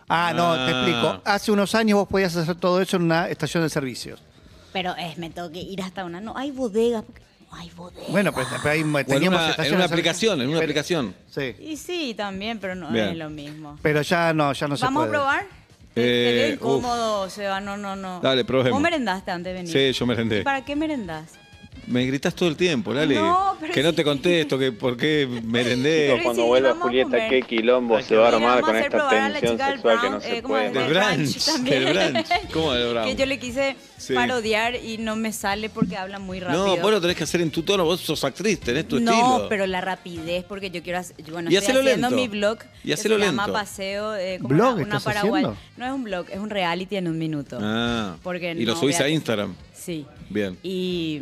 Ah, no, te
Ah.
explico. Hace unos años vos podías hacer todo eso en una estación de servicios.
Pero es, me tengo que ir hasta una. No hay bodegas. porque No hay bodegas.
Bueno, pero, pero ahí
Ah. O en
teníamos
una,
estaciones de
en una
servicio.
aplicación, en una
Pero-
aplicación.
Sí.
Y sí, también, pero no
Bien.
es lo mismo.
Pero ya no, ya no se
¿Vamos
puede.
a probar? Te-
Eh,
te veo incómodo, Seba. No, no, no.
Dale, probemos.
¿Vos merendaste antes de venir?
Sí, yo merendé.
¿Y para qué merendás?
Me gritas todo el tiempo, Lali.
No, pero
que no
sí.
te contesto, que por qué merendé.
Pero
cuando
si
vuelva
vamos a
Julieta,
comer.
qué quilombo se va a
Mira,
armar
vamos
con
hacer
esta
probar a la
tensión
chica del
sexual que
brunch,
no se
eh, ¿cómo
puede
es? Del
más.
Del brunch,
también.
del
*laughs*
brunch. ¿Cómo del brunch?
Que yo le quise
Sí.
parodiar y no me sale porque habla muy rápido.
No, vos lo tenés que hacer en tu tono, vos sos actriz, tenés tu
no,
estilo.
pero la rapidez, porque yo quiero hacer. yo, Bueno,
Y
estoy
hacelo
haciendo
lento.
mi blog.
Y
que
hacelo
se llama
lento.
Paseo. eh, ¿cómo
¿Blog
era? una
estás
Paraguay.
haciendo?
No es un blog, es un reality en un minuto.
Ah,
Porque
y lo
no
subís
voy
a Instagram.
Sí.
Bien.
Y,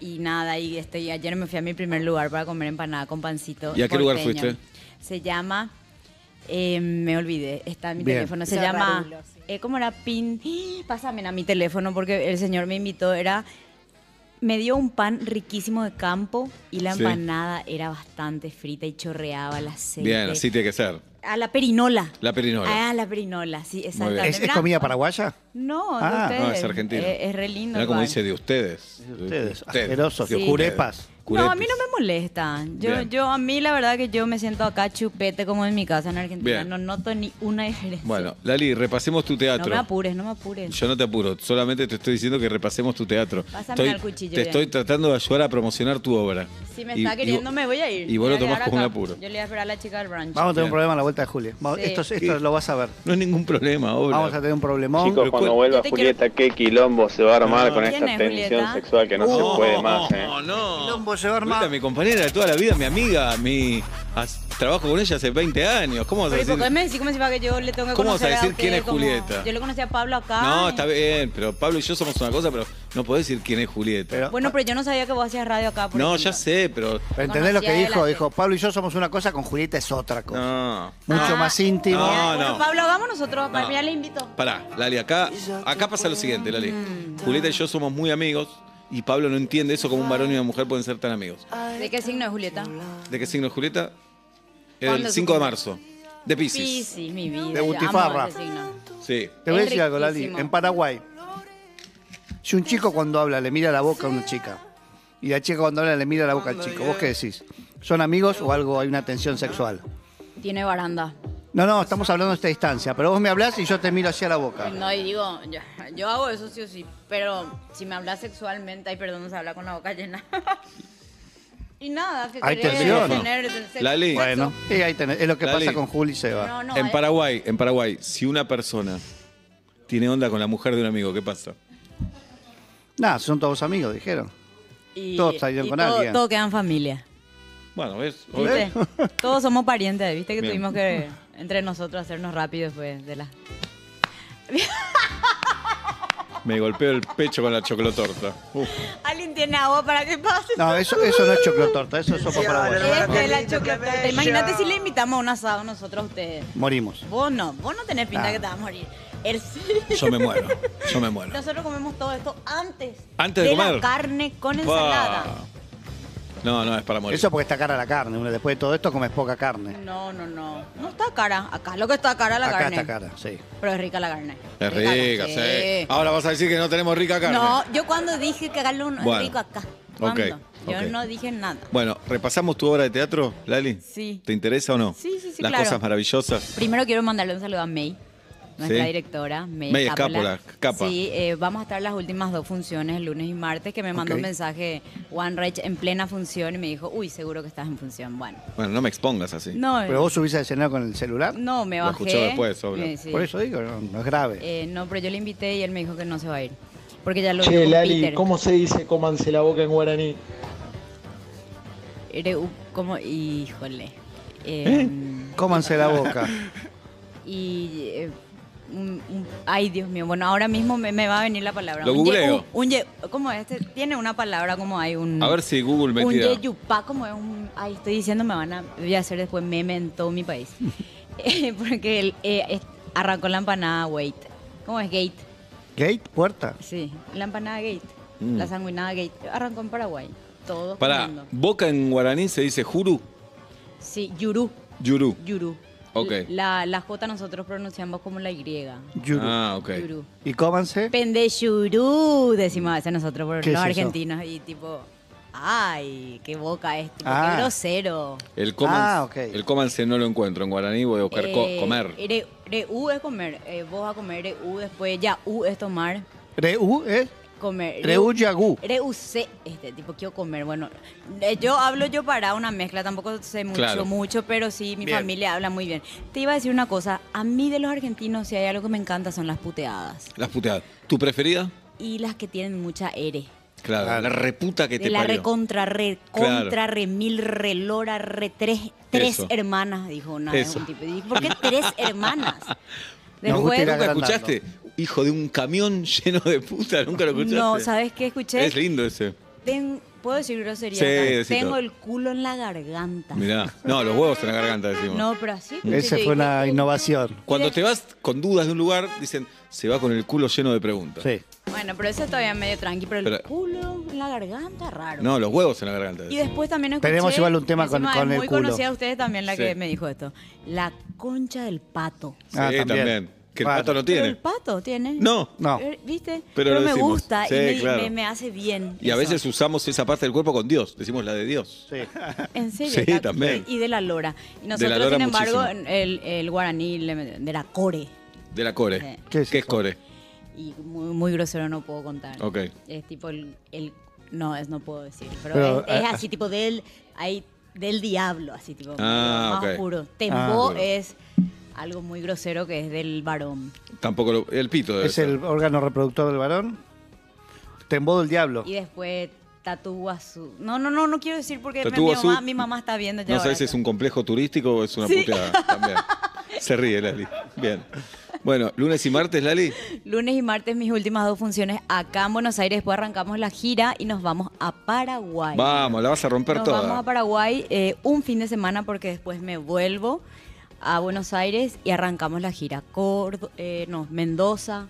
y nada, y estoy, ayer me fui a mi primer lugar para comer empanada con pancito.
¿Y a qué lugar fuiste?
Se llama. eh, me olvidé, está en mi
Bien.
teléfono. Se
Cerro
llama.
Arulo, sí.
eh, ¿Cómo era? Pin. ¡Ah! Pásame a mi teléfono porque el señor me invitó. Era. Me dio un pan riquísimo de campo y la
Sí.
empanada era bastante frita y chorreaba la aceite.
Bien, así tiene que ser.
A la perinola.
La perinola.
Ah, la perinola, sí,
bien.
exactamente.
¿Es, es
Mirá,
comida paraguaya?
No, de
Ah,
ustedes.
No, es argentino.
Eh, es re lindo.
Era
el
como
pan.
dice de ustedes. De
ustedes, asquerosos,
de
Sí.
curepas.
No, a mí no me molesta. Yo,
Bien.
yo, a mí la verdad que yo me siento acá chupete como en mi casa en Argentina.
Bien.
No noto ni una diferencia.
Bueno, Lali, repasemos tu
no
teatro.
me apures, no me apures.
Yo no te apuro, solamente te estoy diciendo que repasemos tu teatro.
Pásame
Estoy-
al cuchillo,
te
bien.
estoy tratando de ayudar a promocionar tu obra.
si me
Y-
está
y
queriendo,
vos-
me voy a ir.
Y vos lo
Voy a
tomás
quedar
como un
acá.
apuro.
Yo le voy a esperar a la chica del brunch.
Vamos a tener
Bien.
un problema a la vuelta de Julio. Vamos-
Sí.
Esto, esto lo vas a ver.
No es ningún problema, obra.
Vamos a tener un problemón.
Chicos,
Pero
cuando
cu-
vuelva
yo te
Julieta, qué quilombo se va a armar con
¿Quién
esta
es
tensión
Julieta?
sexual que no se puede más. ¿eh?
No, no.
Quilombo se va a armar.
Julieta, mi compañera de toda la vida, mi amiga, mi as- trabajo con ella hace 20 años. ¿Cómo vas a
Pero ¿y
decir?
por qué me decís como si para que yo le tengo que
¿Cómo vas a
conocer
decir
usted
quién es
como-
Julieta?
Yo le conocí a Pablo acá.
No,
y-
está bien, pero Pablo y yo somos una cosa, pero no podés decir quién es Julieta.
Pero-
Bueno, pero yo no sabía que vos hacías radio acá. por
no,
ejemplo.
ya sé, pero
Pero ¿Entendés lo que
Conocía
dijo?
de la-
Dijo, Pablo y yo somos una cosa, con Julieta es otra cosa.
no.
Mucho
Ah,
más íntimo.
No,
Bueno,
no.
Pablo, hagamos nosotros.
No.
Para Mira, le invito.
Pará, Lali, acá, acá pasa lo siguiente, Lali.
Mm.
Julieta y yo somos muy amigos y Pablo no entiende eso como un varón y una mujer pueden ser tan amigos.
¿De qué signo es Julieta?
¿De qué signo es Julieta?
¿Cuándo
El
es
5 de
su-
marzo. De Pisces.
Piscis, mi vida.
De
Yo amo
Butifarra.
ese signo.
Sí.
Te voy a
Es
decir algo, Lali.
riquísimo.
En Paraguay, si un chico cuando habla le mira la boca a una chica y la chica cuando habla le mira la boca al chico, ¿vos qué decís? ¿Son amigos o algo hay una tensión sexual?
Tiene baranda.
No, no, estamos hablando de esta distancia, pero vos me hablás y yo te miro hacia la boca.
No, y digo, yo, yo hago eso sí o sí, pero si me hablas sexualmente, ay, perdón, se habla con la boca llena. *laughs* y nada, que
Hay
querés
tensión, ¿no?
tener sexo-
Lali.
sexo.
Bueno, y ahí tenés, es lo que
Lali.
pasa con Juli y Seba.
No, no, eh.
en
hay-
Paraguay, en Paraguay, si una persona tiene onda con la mujer de un amigo, ¿qué pasa?
Nada, son todos amigos, dijeron.
y-
todos salieron
y
con
todo-
alguien.
Todo queda en familia.
Bueno, ¿ves?
*laughs*
¿Viste? Todos somos parientes, ¿viste? Que
Bien.
tuvimos que entre nosotros hacernos rápido después de la.
Me golpeo el pecho con la chocolotorta. Uf.
¿Alguien tiene agua para que pase?
No, eso, eso no es choclotorta, eso es sopa paraguaya.
Este es la chocolate. Imagínate si le invitamos a un asado nosotros a ustedes.
Morimos.
Vos no, vos no tenés pinta
Ah.
que te vas a morir. *laughs* Él sí.
Yo me muero, yo me muero.
Nosotros comemos todo esto antes.
Antes de comer.
la carne con
Pa.
ensalada.
No, no, es para morir.
Eso porque está cara la carne. uno Después de todo esto comes poca carne.
No, no, no. No está cara. Acá lo que está cara es la
Acá
carne.
está cara, sí.
Pero es rica la carne.
es rica, sí.
sí.
Ahora vas a decir que no tenemos rica carne.
No, yo cuando dije que acá lo no
Bueno.
es rico acá.
Ok,
¿Cuándo? Yo
ok.
no dije nada.
Bueno, repasamos tu obra de teatro, Lali.
Sí.
¿Te interesa o no?
Sí, sí, sí,
Las
claro.
cosas maravillosas.
Primero quiero mandarle un saludo a May, nuestra
Sí.
directora. May,
May Escápola, capa.
Sí, eh, vamos a estar las últimas dos funciones, el lunes y martes, que me mandó
Ok.
un mensaje Juan Reich en plena función y me dijo, uy, seguro que estás en función. Bueno,
Bueno, no me expongas así.
no,
Pero vos subís al escenario con el celular.
no me
Lo
bajé.
escuchó después, obvio.
me- sí.
Por eso digo, no, no es grave.
Eh, no, pero yo le invité y él me dijo que no se va a ir. Porque ya lo dijo
Che,
con
Lali,
Peter.
¿cómo se dice cómanse la boca en guaraní?
Ere- u- ¿cómo? Híjole. Eh,
Cómanse la
*laughs*
boca.
Y... eh, un- un- ay, Dios mío. Bueno, ahora mismo me, me va a venir la palabra.
Lo
Un ye-
googleo.
Un, un ye- ¿Cómo es? Este Tiene una palabra como hay un...
A ver si Google me
un
tira.
yeyupá, como es un... Ay, estoy diciendo, me van a... Voy a hacer después meme en todo
*laughs*
mi país. Eh, porque él eh, es- arrancó la empanada, wait. ¿Cómo es? Gate.
Gate, puerta.
Sí, la empanada Gate,
Mm.
la sanguinada Gate, arrancó en Paraguay, todo
Para
comiendo.
boca en guaraní se dice juru,
Sí, yurú,
yurú.
yurú.
Ok.
La, la J nosotros pronunciamos como la Y,
Yuru.
Ah, ok.
yurú.
Y cómanse.
Pende yurú, decimos a veces nosotros por
¿Qué
los
es eso?
argentinos y tipo, ay, qué boca es, tipo,
Ah.
qué grosero.
El comanse,
Ah, ok.
el comanse no lo encuentro en guaraní, voy a buscar co-
Eh,
comer.
re- re- u es comer, eh, vos vas a comer re- u después ya u es tomar,
Reú, ¿eh?
comer. re-
Reú yagú.
Rehusé este tipo, quiero comer. Bueno, eh, yo hablo yo para una mezcla, tampoco sé mucho,
Claro.
mucho, pero sí, mi
Bien.
familia habla muy bien. Te iba a decir una cosa, a mí de los argentinos si hay algo que me encanta son las puteadas
Las puteadas. ¿Tu preferida?
y las que tienen mucha R.
Claro,
Claro.
la reputa que
De
te
la
parió.
re contra re,
Claro.
contra re, mil re, lora re, tres, tres
Eso.
hermanas, dijo una vez
Eso.
un tipo. Y dije, ¿por qué tres
*laughs*
hermanas?
Nos gusta ir a
¿Nunca
agrandando.
escuchaste? Hijo de un camión *laughs* lleno de puta, nunca lo escuchaste.
no, ¿sabes qué escuché?
Es lindo ese.
Ten- ¿Puedo decir grosería?
Sí,
acá?
decí
Tengo
todo.
el culo en la garganta.
Mirá. No, los huevos en la garganta decimos.
No, eh. pero así. escuché,
Esa
yo
fue
dije,
una innovación.
Cuando te vas con dudas de un lugar, dicen, se va con el culo lleno de preguntas.
Sí.
Bueno, pero eso todavía medio tranqui, pero el
Pero-
culo, la garganta, raro.
No, los huevos en la garganta.
Y
decimos.
después también escuché...
Tenemos igual un tema con-
encima
con
es
el
muy
culo.
conocida a ustedes también la
Sí.
que me dijo esto. La concha del pato.
Sí,
Ah,
también.
también.
Que el
Claro.
pato no
Pero
tiene.
el pato tiene.
No.
No.
Eh, ¿Viste?
Pero lo
me
decimos.
gusta
Sí,
y me,
claro.
me- me hace bien.
Y a
eso.
veces usamos esa parte del cuerpo con Dios. Decimos la de Dios.
Sí.
*laughs* En serio.
Sí,
la-
también.
Y de la lora. Y
De
nosotros,
la lora
sin embargo,
muchísimo.
el, el guaraní, le- de la core.
De la core.
Sí.
¿Qué es
¿Qué es
eso?
core?
Y muy, muy grosero no puedo contar.
Ok.
Es tipo el, el- no, es no puedo decir, pero,
Pero,
es, es
ah,
así tipo del hay del diablo, así tipo
Ah,
más
ok.
oscuro. Tembo
Ah.
es algo muy grosero que es del varón.
Tampoco lo- el pito debe
¿Es
ser.
el órgano reproductor del varón? Tembodo el diablo.
Y después Tatuazú. No, no, no, no quiero decir porque mi
Tatuazú.
mamá, mi mamá está viendo ya.
No
ahora
sabes si es
que-
un complejo turístico o es una
Sí.
puteada
*laughs*
también. Se ríe Lali. Bien. Bueno, lunes y martes, Lali.
Lunes y martes mis últimas dos funciones acá en Buenos Aires, después arrancamos la gira y nos vamos a Paraguay.
Vamos, la vas a romper
Nos
toda.
vamos a Paraguay eh, un fin de semana porque después me vuelvo a Buenos Aires y arrancamos la gira. Córdoba, no, Mendoza,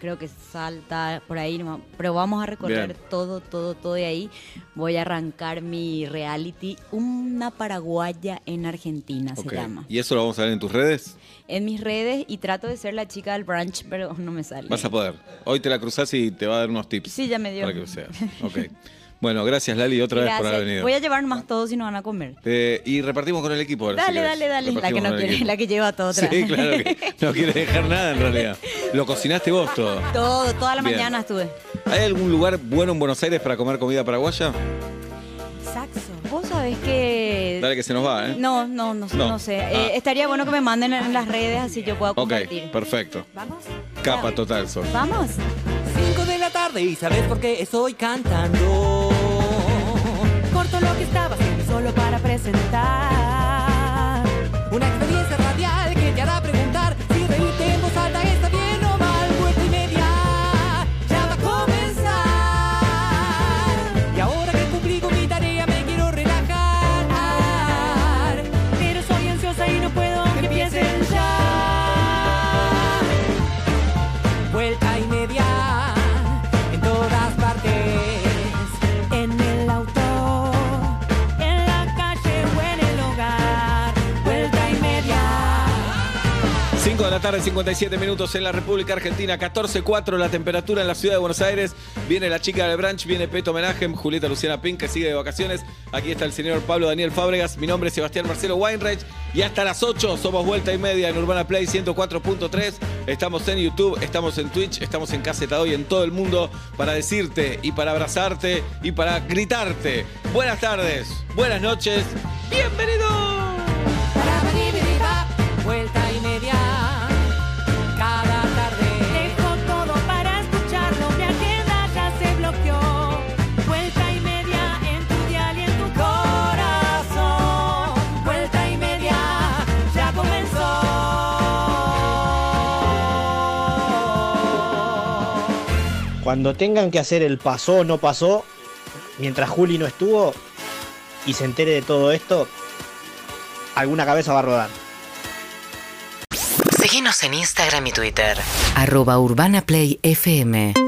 creo que Salta, por ahí. no- Pero vamos a recorrer
Bien.
todo, todo, todo de ahí. Voy a arrancar mi reality, una paraguaya en Argentina
Ok.
se llama.
¿Y eso lo vamos a ver en tus redes?
En mis redes y trato de ser la chica del brunch, pero no me sale.
Vas a poder. Hoy te la cruzás y te va a dar unos tips.
Sí, ya me dio.
Para que
*laughs*
seas. Ok. Bueno, gracias Lali otra vez por
Gracias.
haber venido.
Voy a llevar más todos si nos van a comer.
Eh, y repartimos con el equipo. ahora, si
Dale,
querés.
dale, dale. La que
Repartimos
no
con el
quiere,
equipo.
la que lleva todo atrás.
Sí, claro que no quiere dejar nada en realidad. Lo cocinaste vos todo.
*laughs* Todo, toda la
Bien.
mañana estuve.
¿Hay algún lugar bueno en Buenos Aires para comer comida paraguaya?
Saxo. Vos sabés que.
Dale que se nos va, ¿eh?
No, no, no, sé,
No.
no sé.
Ah.
Eh, estaría bueno que me manden en las redes así yo pueda
Ok,
compartir.
perfecto.
¿Vamos?
Capa
Ya.
total sos.
¿Vamos?
5 de la tarde y sabes por qué estoy cantando. Corto lo que estaba haciendo solo para presentar. Una experiencia radial que te hará preguntar si reírte en voz alta está bien o mal. Vuelta y media ya va a comenzar. Y ahora que cumplí con mi tarea me quiero relajar. Pero soy ansiosa y no puedo que empiecen ya vuelta y media en todas partes, en el auto,
de la tarde, 57 minutos en la República Argentina, 14.4 la temperatura en la ciudad de Buenos Aires. Viene la chica del branch, viene Peto Menajem, Julieta Luciana Pink, que sigue de vacaciones. Aquí está el señor Pablo Daniel Fábregas, mi nombre es Sebastián Marcelo Weinreich. Y hasta las 8 somos vuelta y media en Urbana Play 104.3. Estamos en YouTube, estamos en Twitch, estamos en Caseta Hoy, en todo el mundo, para decirte y para abrazarte y para gritarte. Buenas tardes, buenas noches, bienvenidos.
Vuelta y media, cada tarde. Dejo todo para escucharlo, mi agenda ya se bloqueó. Vuelta y media en tu dial y en tu corazón. Vuelta y media, ya comenzó.
Cuando tengan que hacer el pasó o no pasó, mientras Juli no estuvo y se entere de todo esto, alguna cabeza va a rodar.
Síguenos en Instagram y Twitter.
Arroba Urbana Play FM.